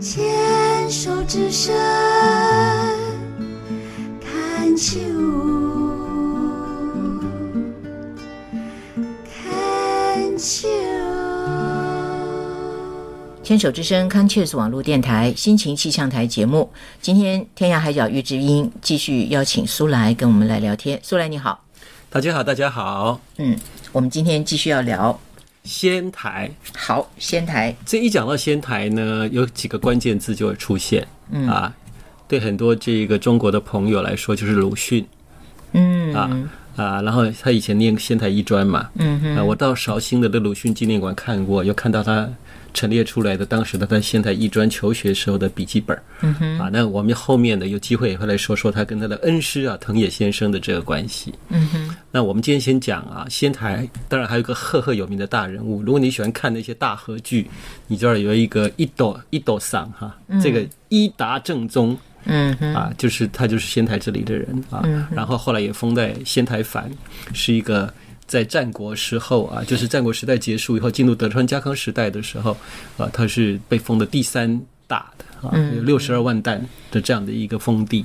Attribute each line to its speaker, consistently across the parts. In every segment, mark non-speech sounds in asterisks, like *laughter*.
Speaker 1: 牵手之声，看秋。看秋。
Speaker 2: 牵手之声 c o n c h e s 网络电台心情气象台节目，今天天涯海角遇知音，继续邀请苏来跟我们来聊天。苏来你好，
Speaker 3: 大家好，大家好，
Speaker 2: 嗯，我们今天继续要聊
Speaker 3: 仙台
Speaker 2: 好仙台，
Speaker 3: 这一讲到仙台呢，有几个关键字就会出现，嗯啊，对很多这个中国的朋友来说，就是鲁迅
Speaker 2: 嗯
Speaker 3: 啊、啊，然后他以前念仙台一专嘛，
Speaker 2: 嗯哼
Speaker 3: 啊，我到绍兴的那鲁迅纪念馆看过，又看到他陈列出来的当时他在仙台艺专求学时候的笔记本儿，嗯哼，啊，那我们后面呢有机会也会来说说他跟他的恩师啊藤野先生的这个关系，嗯哼，那我们今天先讲啊仙台，当然还有一个赫赫有名的大人物，如果你喜欢看那些大和剧，你这儿有一个一斗一斗桑哈，这个伊达正宗。
Speaker 2: 嗯哼
Speaker 3: 啊，就是他就是仙台这里的人啊，然后后来也封在仙台藩，是一个在战国时候啊，就是战国时代结束以后进入德川家康时代的时候，啊，他是被封的第三大的啊，
Speaker 2: 嗯
Speaker 3: 有六十二万担的这样的一个封地。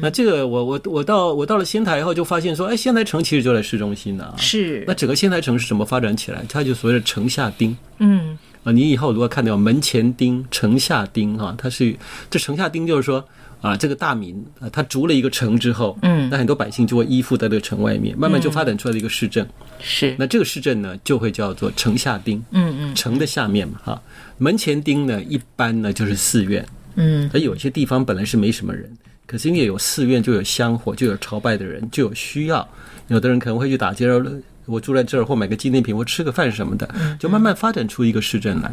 Speaker 3: 那这个我我我到我到了仙台以后就发现说，哎，仙台城其实就在市中心了啊。
Speaker 2: 是
Speaker 3: 那整个仙台城是怎么发展起来？它就所谓的城下町。
Speaker 2: 嗯
Speaker 3: 啊，你以后如果看到门前町、城下町啊，它是这城下町就是说啊，这个大名啊，他筑了一个城之后，
Speaker 2: 嗯
Speaker 3: 那很多百姓就会依附在这个城外面，慢慢就发展出来的一个市政。
Speaker 2: 是
Speaker 3: 那这个市政呢，就会叫做城下町，
Speaker 2: 嗯嗯
Speaker 3: 城的下面嘛哈、门前町呢，一般呢就是寺院，
Speaker 2: 嗯
Speaker 3: 而有些地方本来是没什么人，可是因为有寺院，就有香火，就有朝拜的人，就有需要。有的人可能会去打街儿，我住在这儿，或买个纪念品，或吃个饭什么的，
Speaker 2: 嗯
Speaker 3: 就慢慢发展出一个市政来。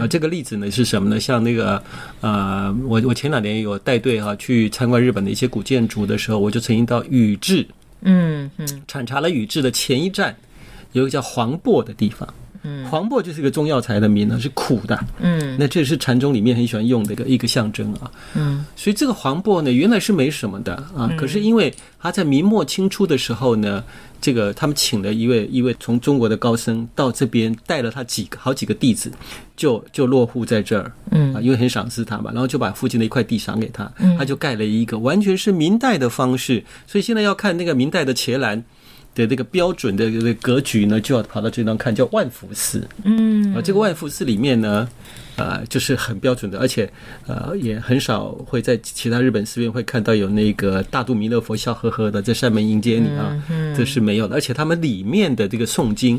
Speaker 3: 啊、这个例子呢是什么呢？像那个呃，我我前两年有带队哈、去参观日本的一些古建筑的时候，我就曾经到宇治
Speaker 2: 嗯嗯
Speaker 3: 产查了宇治的前一站，有一个叫黄檗的地方。黄檗就是一个中药材的名呢，是苦的。
Speaker 2: 嗯
Speaker 3: 那这是禅宗里面很喜欢用的一个一个象征啊。
Speaker 2: 嗯，
Speaker 3: 所以这个黄檗呢，原来是没什么的啊，可是因为他在明末清初的时候呢，这个他们请了一位一位从中国的高僧到这边，带了他几个好几个弟子，就就落户在这儿，
Speaker 2: 嗯
Speaker 3: 啊，因为很赏识他嘛，然后就把附近的一块地赏给他，他就盖了一个完全是明代的方式，所以现在要看那个明代的伽蓝。的这个标准的这个格局呢，就要跑到这张看，叫万福寺。
Speaker 2: 嗯
Speaker 3: 啊，这个万福寺里面呢，呃，就是很标准的，而且呃也很少会在其他日本寺院会看到有那个大肚弥勒佛笑呵呵的在山门迎接你啊，
Speaker 2: 嗯
Speaker 3: 这是没有的。而且他们里面的这个诵经，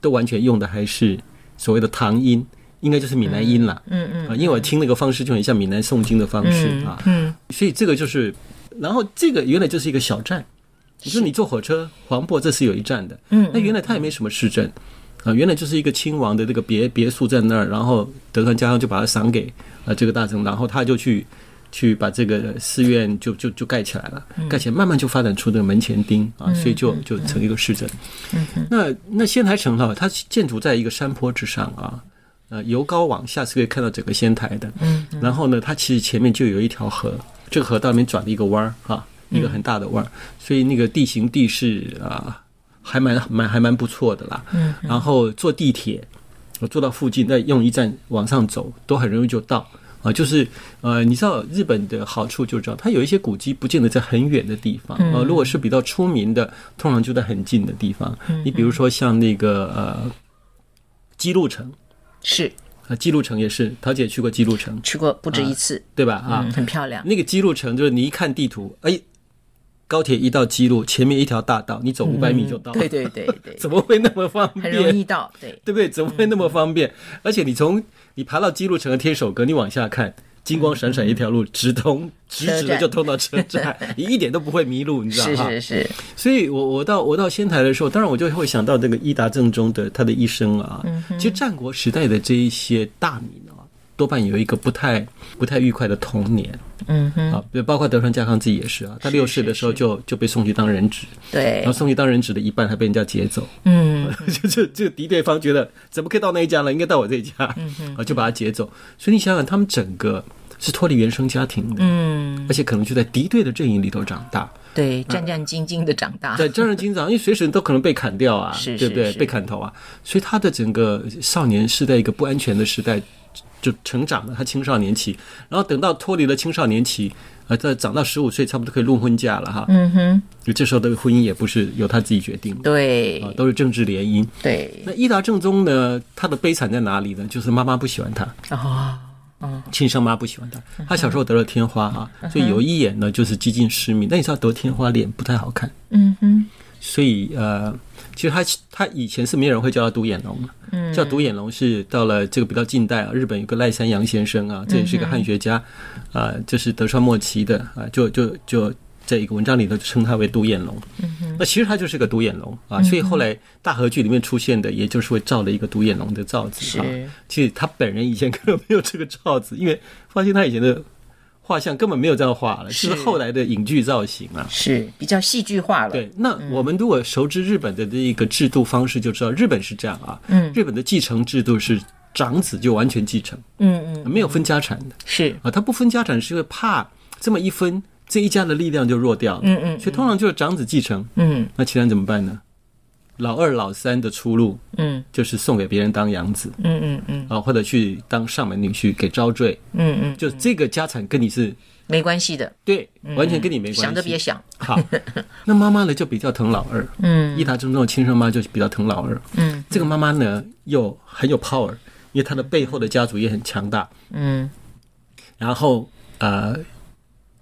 Speaker 3: 都完全用的还是所谓的唐音，应该就是闽南音啦。
Speaker 2: 嗯嗯
Speaker 3: 啊，因为我听那个方式就很像闽南诵经的方式
Speaker 2: 嗯
Speaker 3: 啊，
Speaker 2: 嗯
Speaker 3: 所以这个就是，然后这个原来就是一个小站，你说你坐火车，黄渤这是有一站的，
Speaker 2: 嗯
Speaker 3: 那原来它也没什么市政，啊，原来就是一个亲王的这个别别墅在那儿，然后德川家康就把它赏给啊这个大臣，然后他就去去把这个寺院就就就盖起来了，
Speaker 2: 嗯
Speaker 3: 盖起来慢慢就发展出这个门前町啊，所以就就成一个市政。
Speaker 2: 嗯
Speaker 3: 那那仙台城哈，它建筑在一个山坡之上啊。呃，由高往下是可以看到整个仙台的。嗯，然后呢，它其实前面就有一条河，这个河道里面转了一个弯儿哈、一个很大的弯儿，所以那个地形地势啊，还蛮蛮还蛮不错的啦。嗯，然后坐地铁，我坐到附近，再用一站往上走，都很容易就到。啊，就是呃，你知道日本的好处就这样，它有一些古迹不见得在很远的地方，呃，如果是比较出名的，通常就在很近的地方。你比如说像那个呃，姬路城，
Speaker 2: 是
Speaker 3: 啊，姬路城也是，桃姐去过姬路城，
Speaker 2: 去过不止一次，
Speaker 3: 对吧？啊，
Speaker 2: 嗯，很漂亮，
Speaker 3: 那个姬路城就是你一看地图，哎，高铁一到姬路，前面一条大道，你走五百米就到、
Speaker 2: 嗯对，对对对，
Speaker 3: *laughs* 怎么会那么方
Speaker 2: 很容
Speaker 3: 便？
Speaker 2: 易嗯到，对，
Speaker 3: 对不对？怎么会那么方便？而且你从你爬到姬路城的天守阁，你往下看，金光闪闪一条路，直通直直
Speaker 2: 嗯车
Speaker 3: 的
Speaker 2: 站
Speaker 3: 就通到车站，你 *laughs* 一点都不会迷路，你知道
Speaker 2: 是
Speaker 3: 吗？
Speaker 2: 是是，
Speaker 3: 所以我我到我到仙台的时候，当然我就会想到这个伊达正宗的他的一生啊。
Speaker 2: 嗯
Speaker 3: 其实战国时代的这一些大名啊，多半有一个不太不太愉快的童年
Speaker 2: 嗯哼，
Speaker 3: 啊，对包括德川家康自己也是啊，他六岁的时候就就被送去当人质，
Speaker 2: 对
Speaker 3: 然后，送去当人质的一半还被人家劫走，
Speaker 2: 嗯
Speaker 3: *laughs* 就就就敌对方觉得怎么可以到那一家了，应该到我这一家，
Speaker 2: 嗯
Speaker 3: 啊就把他劫走。所以你想想，他们整个是脱离原生家庭的，
Speaker 2: 嗯 *laughs*
Speaker 3: 而且可能就在敌对的阵营里头长大，
Speaker 2: 对，战战兢兢的长大，
Speaker 3: 对，正人警长，因为随时都可能被砍掉啊，
Speaker 2: 是
Speaker 3: 对不对
Speaker 2: 是？是
Speaker 3: 被砍头啊，所以他的整个少年是在一个不安全的时代就成长了，他青少年期，然后等到脱离了青少年期，呃，再长到十五岁，差不多可以论婚嫁了哈。嗯哼，这时候的婚姻也不是由他自己决定的，
Speaker 2: 对
Speaker 3: 啊，都是政治联姻。
Speaker 2: 对
Speaker 3: 那伊达正宗呢，他的悲惨在哪里呢？就是妈妈不喜欢他，
Speaker 2: 哦，
Speaker 3: 亲生妈不喜欢他。他小时候得了天花啊，所以有一眼呢就是几近失明。但你知道得天花脸不太好看，
Speaker 2: 嗯哼，
Speaker 3: 所以呃，其实他他以前是没有人会叫他独眼龙的，嗯，叫独眼龙是到了这个比较近代啊，日本有个赖山羊先生啊，这也是一个汉学家，啊、就是德川末期的啊、就就就在一个文章里头称他为独眼龙，嗯那其实他就是个独眼龙啊，所以后来大和剧里面出现的，也就是会罩了一个独眼龙的罩子啊
Speaker 2: 是，
Speaker 3: 其实他本人以前根本没有这个罩子，因为发现他以前的。画像根本没有这样画了，
Speaker 2: 是
Speaker 3: 是后来的影剧造型啊。
Speaker 2: 是比较戏剧化了，
Speaker 3: 对，那
Speaker 2: 嗯
Speaker 3: 我们如果熟知日本的这一个制度方式，就知道日本是这样啊。
Speaker 2: 嗯
Speaker 3: 日本的继承制度是长子就完全继承，
Speaker 2: 嗯嗯，
Speaker 3: 没有分家产的
Speaker 2: 是，
Speaker 3: 啊。他不分家产是因为怕这么一分，这一家的力量就弱掉了。
Speaker 2: 嗯嗯
Speaker 3: 所以通常就是长子继承，
Speaker 2: 嗯
Speaker 3: 那其他人怎么办呢？老二、老三的出路
Speaker 2: 嗯
Speaker 3: 就是送给别人当养子
Speaker 2: 嗯嗯嗯
Speaker 3: 啊，或者去当上门女婿给招赘，
Speaker 2: 嗯嗯，
Speaker 3: 就这个家产跟你是
Speaker 2: 没关系的，
Speaker 3: 对，完全跟你没关系。
Speaker 2: 嗯想都别想，
Speaker 3: 好， *laughs* 那妈妈呢就比较疼老二，
Speaker 2: 嗯
Speaker 3: 伊达正宗的亲生妈就比较疼老二，
Speaker 2: 嗯，
Speaker 3: 这个妈妈呢又很有 power，因为她的背后的家族也很强大，
Speaker 2: 嗯
Speaker 3: 然后呃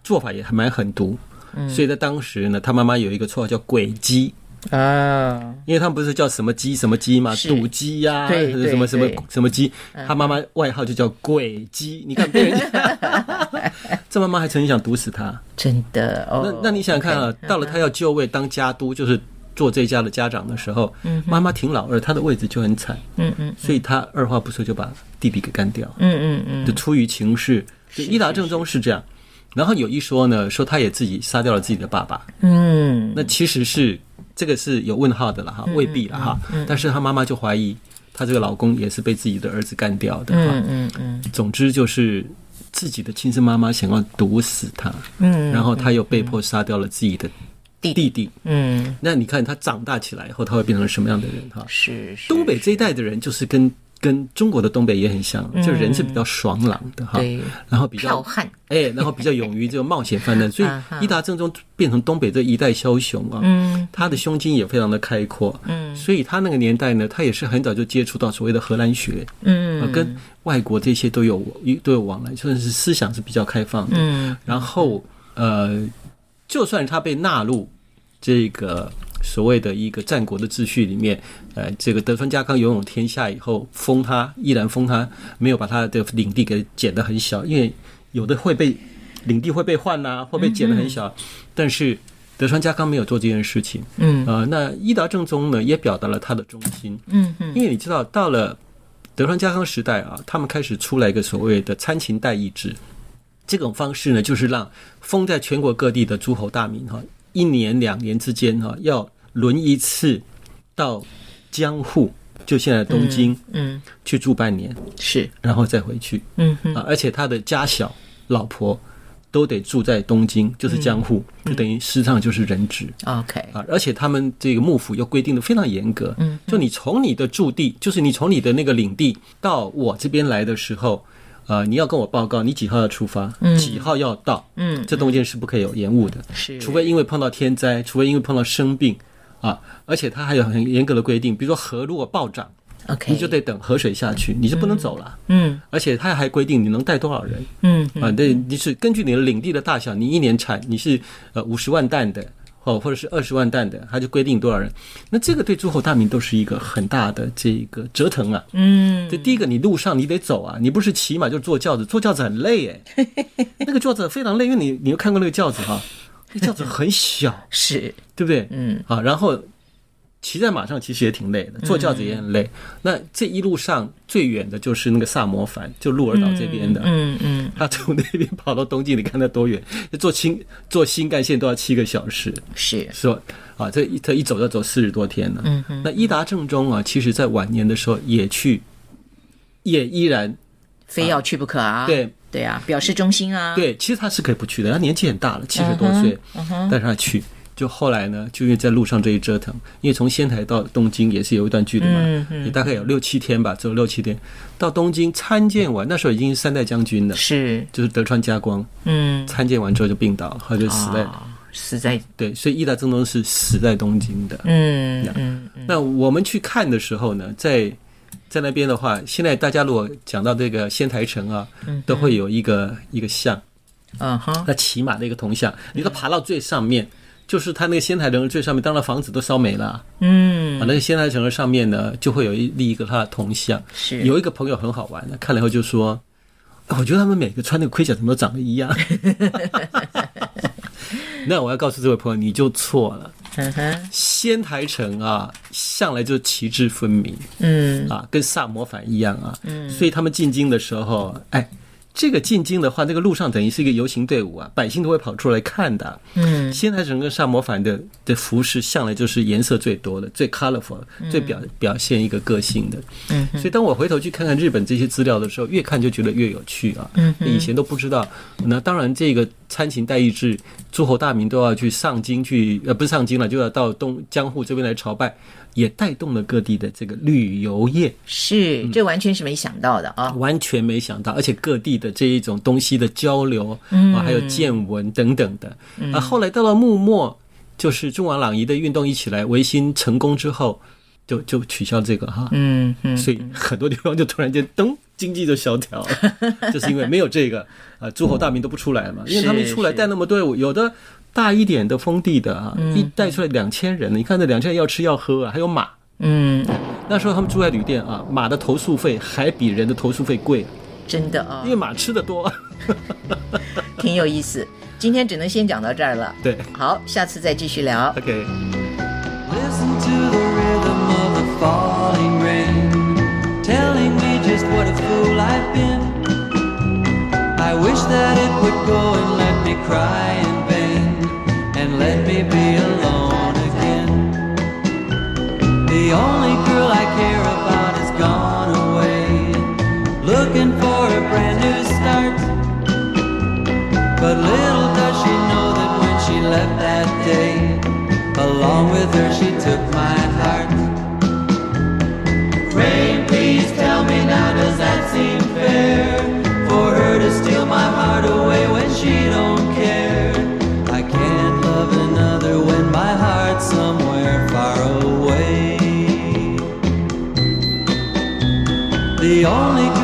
Speaker 3: 做法也还蛮狠毒，
Speaker 2: 嗯
Speaker 3: 所以在当时呢，她妈妈有一个绰号叫鬼鸡，
Speaker 2: 啊，
Speaker 3: 因为他们不是叫什么鸡什么鸡嘛，
Speaker 2: 是
Speaker 3: 赌鸡呀，
Speaker 2: 对
Speaker 3: 还是什么
Speaker 2: 对
Speaker 3: 什么
Speaker 2: 对嗯
Speaker 3: 什么鸡，他妈妈外号就叫鬼鸡，你看被人家， *laughs* 这妈妈还曾经想毒死他，
Speaker 2: 真的哦嗯
Speaker 3: 那，那你想想看啊，到了他要就位当家督，就是做这家的家长的时候，妈妈挺老二，他的位置就很惨，
Speaker 2: 嗯嗯
Speaker 3: 所以他二话不说就把弟弟给干掉，
Speaker 2: 嗯嗯嗯，
Speaker 3: 就出于情势。就伊达正宗是这样，然后有一说呢，说他也自己杀掉了自己的爸爸，
Speaker 2: 嗯
Speaker 3: 那其实是这个是有问号的了哈，未必了哈，
Speaker 2: 嗯
Speaker 3: 但是他妈妈就怀疑他这个老公也是被自己的儿子干掉的哈，
Speaker 2: 嗯嗯
Speaker 3: 总之就是。自己的亲生妈妈想要毒死他，
Speaker 2: 嗯
Speaker 3: 然后他又被迫杀掉了自己的
Speaker 2: 弟
Speaker 3: 弟弟，
Speaker 2: 嗯，
Speaker 3: 那你看他长大起来以后，他会变成什么样的人哈？
Speaker 2: 是是，
Speaker 3: 东北这一代的人就是跟跟中国的东北也很像，就人是比较爽朗的
Speaker 2: 嗯
Speaker 3: 哈，
Speaker 2: 对
Speaker 3: 然后比
Speaker 2: 剽
Speaker 3: 较
Speaker 2: 悍，
Speaker 3: 哎，然后比较勇于这个冒险犯
Speaker 2: *laughs*
Speaker 3: 难，所以
Speaker 2: 啊哈
Speaker 3: 伊达正宗变成东北这一代枭雄啊，
Speaker 2: 嗯
Speaker 3: 他的胸襟也非常的开阔，
Speaker 2: 嗯
Speaker 3: 所以他那个年代呢，他也是很早就接触到所谓的荷兰学，呃
Speaker 2: 嗯
Speaker 3: 跟外国这些都有都有往来，算是思想是比较开放的，
Speaker 2: 嗯
Speaker 3: 然后呃，就算他被纳入这个所谓的一个战国的秩序里面，呃，这个德川家康拥有天下以后，封他依然封他，没有把他的领地给减得很小，因为有的会被领地会被换呐、会被减得很小，但是德川家康没有做这件事情，
Speaker 2: 嗯
Speaker 3: 呃，那伊达正宗呢也表达了他的忠心，
Speaker 2: 嗯嗯，
Speaker 3: 因为你知道到了德川家康时代啊，他们开始出来一个所谓的参勤代役制，这种方式呢，就是让封在全国各地的诸侯大名哈、一年两年之间哈、要轮一次到江户，就现在的东京、
Speaker 2: 嗯
Speaker 3: 去住半年，
Speaker 2: 是，
Speaker 3: 然后再回去
Speaker 2: 嗯嗯
Speaker 3: 啊，而且他的家小、老婆都得住在东京，就是江户，就等于实际上就是人质。
Speaker 2: ，OK，
Speaker 3: 啊，而且他们这个幕府又规定的非常严格，
Speaker 2: 嗯，
Speaker 3: 就你从你的驻地，就是你从你的那个领地到我这边来的时候，呃，你要跟我报告你几号要出发，几号要到，
Speaker 2: 嗯
Speaker 3: 这中间是不可以有延误的，
Speaker 2: 是，
Speaker 3: 除非因为碰到天灾，除非因为碰到生病啊，而且它还有很严格的规定，比如说河如果暴涨，
Speaker 2: OK，
Speaker 3: 你就得等河水下去，你就不能走了，
Speaker 2: 嗯
Speaker 3: 而且它还规定你能带多少人，
Speaker 2: 嗯
Speaker 3: 啊，对，你是根据你的领地的大小，你一年产你是呃五十万担的，哦，或者是二十万担的，它就规定多少人。那这个对诸侯大民都是一个很大的这个折腾啊。
Speaker 2: 嗯
Speaker 3: 这第一个，你路上你得走啊，你不是骑马就是坐轿子，坐轿子很累
Speaker 2: *laughs*
Speaker 3: 哎，那个轿子非常累，因为你你有看过那个轿子哈、那轿子很
Speaker 2: *laughs*
Speaker 3: 小，
Speaker 2: 是，
Speaker 3: 对不对？
Speaker 2: 嗯，
Speaker 3: 啊，然后骑在马上其实也挺累的，坐轿子也很累。那这一路上最远的就是那个萨摩藩，就鹿儿岛这边的，
Speaker 2: 嗯嗯
Speaker 3: 他从那边跑到东京，你看他多远？ *laughs* 坐新坐新干线都要七个小时，
Speaker 2: 是，
Speaker 3: 是吧？啊，这一他一走要走四十多天呢。
Speaker 2: 嗯哼，
Speaker 3: 那伊达正宗啊，其实在晚年的时候也去，也依然
Speaker 2: 非要去不可啊，
Speaker 3: 对
Speaker 2: 对啊，表示忠心啊，嗯
Speaker 3: 对，其实他是可以不去的，他年纪很大了，七十多岁，但是他去。就后来呢，就因为在路上这一折腾，因为从仙台到东京也是有一段距离嘛，
Speaker 2: 嗯嗯
Speaker 3: 也大概有六七天吧，只有六七天。到东京参见完，那时候已经是三代将军了，
Speaker 2: 是，
Speaker 3: 就是德川家光。
Speaker 2: 嗯，
Speaker 3: 参见完之后就病倒了，他就死在、
Speaker 2: 哦死在，
Speaker 3: 对，所以伊达政宗是死在东京的。
Speaker 2: 嗯嗯嗯，
Speaker 3: 那我们去看的时候呢，在在那边的话，现在大家如果讲到这个仙台城啊，都会有一个一个像，
Speaker 2: 嗯哈，
Speaker 3: 那骑马的一个铜像，你都爬到最上面，就是它那个仙台城的最上面，当然房子都烧没了啊，
Speaker 2: 嗯
Speaker 3: 那个仙台城的上面呢，就会有一立一个它的铜像。
Speaker 2: 是，
Speaker 3: 有一个朋友很好玩的，看了以后就说：“哎我觉得他们每个穿那个盔甲怎么都长得一样。” *laughs* 那我要告诉这位朋友，你就错了。
Speaker 2: 嗯哼，
Speaker 3: 仙台城啊，向来就旗帜分明
Speaker 2: 嗯
Speaker 3: 啊，跟萨摩藩一样啊。所以他们进京的时候，哎，这个进京的话，那个路上等于是一个游行队伍啊，百姓都会跑出来看的。
Speaker 2: 嗯
Speaker 3: 仙台城跟萨摩藩的的服饰向来就是颜色最多的、最 colorful、最表表现一个个性的。
Speaker 2: 嗯
Speaker 3: 所以当我回头去看看日本这些资料的时候，越看就觉得越有趣啊。
Speaker 2: 嗯
Speaker 3: 以前都不知道。那当然，这个参勤代役制，诸侯大名都要去上京去，呃，不是上京了，就要到东江户这边来朝拜，也带动了各地的这个旅游业。嗯
Speaker 2: 是，这完全是没想到的啊，
Speaker 3: 完全没想到，而且各地的这一种东西的交流，嗯、啊，还有见闻等等的，
Speaker 2: 嗯
Speaker 3: 啊，后来到了幕末，就是中王朗仪的运动一起来，维新成功之后，就就取消这个哈，
Speaker 2: 嗯嗯
Speaker 3: 所以很多地方就突然间噔，经济就萧条
Speaker 2: *laughs*
Speaker 3: 了，就是因为没有这个啊，诸侯大名都不出来嘛，因为他们一出来
Speaker 2: 嗯是
Speaker 3: 带那么队伍，有的。大一点的封地的啊，一带出来两千人，你看这两千人要吃要喝啊，还有马，
Speaker 2: 嗯，
Speaker 3: 那时候他们住在旅店啊，马的投宿费还比人的投宿费贵啊、
Speaker 2: 真的啊
Speaker 3: 因，为马吃的多。 *laughs*
Speaker 2: 挺有意思。今天只能先讲到这儿了，
Speaker 3: 对
Speaker 2: 好，下次再继续聊。
Speaker 3: ，OK。
Speaker 4: Listen to the rhythm of the falling rain, telling me just what a fool I've been. I wish that it would go and let me cry in vain, and let me be alone again. The only girl I care about is gone away, looking for a brand new start. But little does she know that when she left that day, along with her she took my heart. Rain, please tell me now, does that seem fair? For her to steal my heart away when she don't care. I can't love another when my heart's somewhere far away. The only girl Oh, Oh,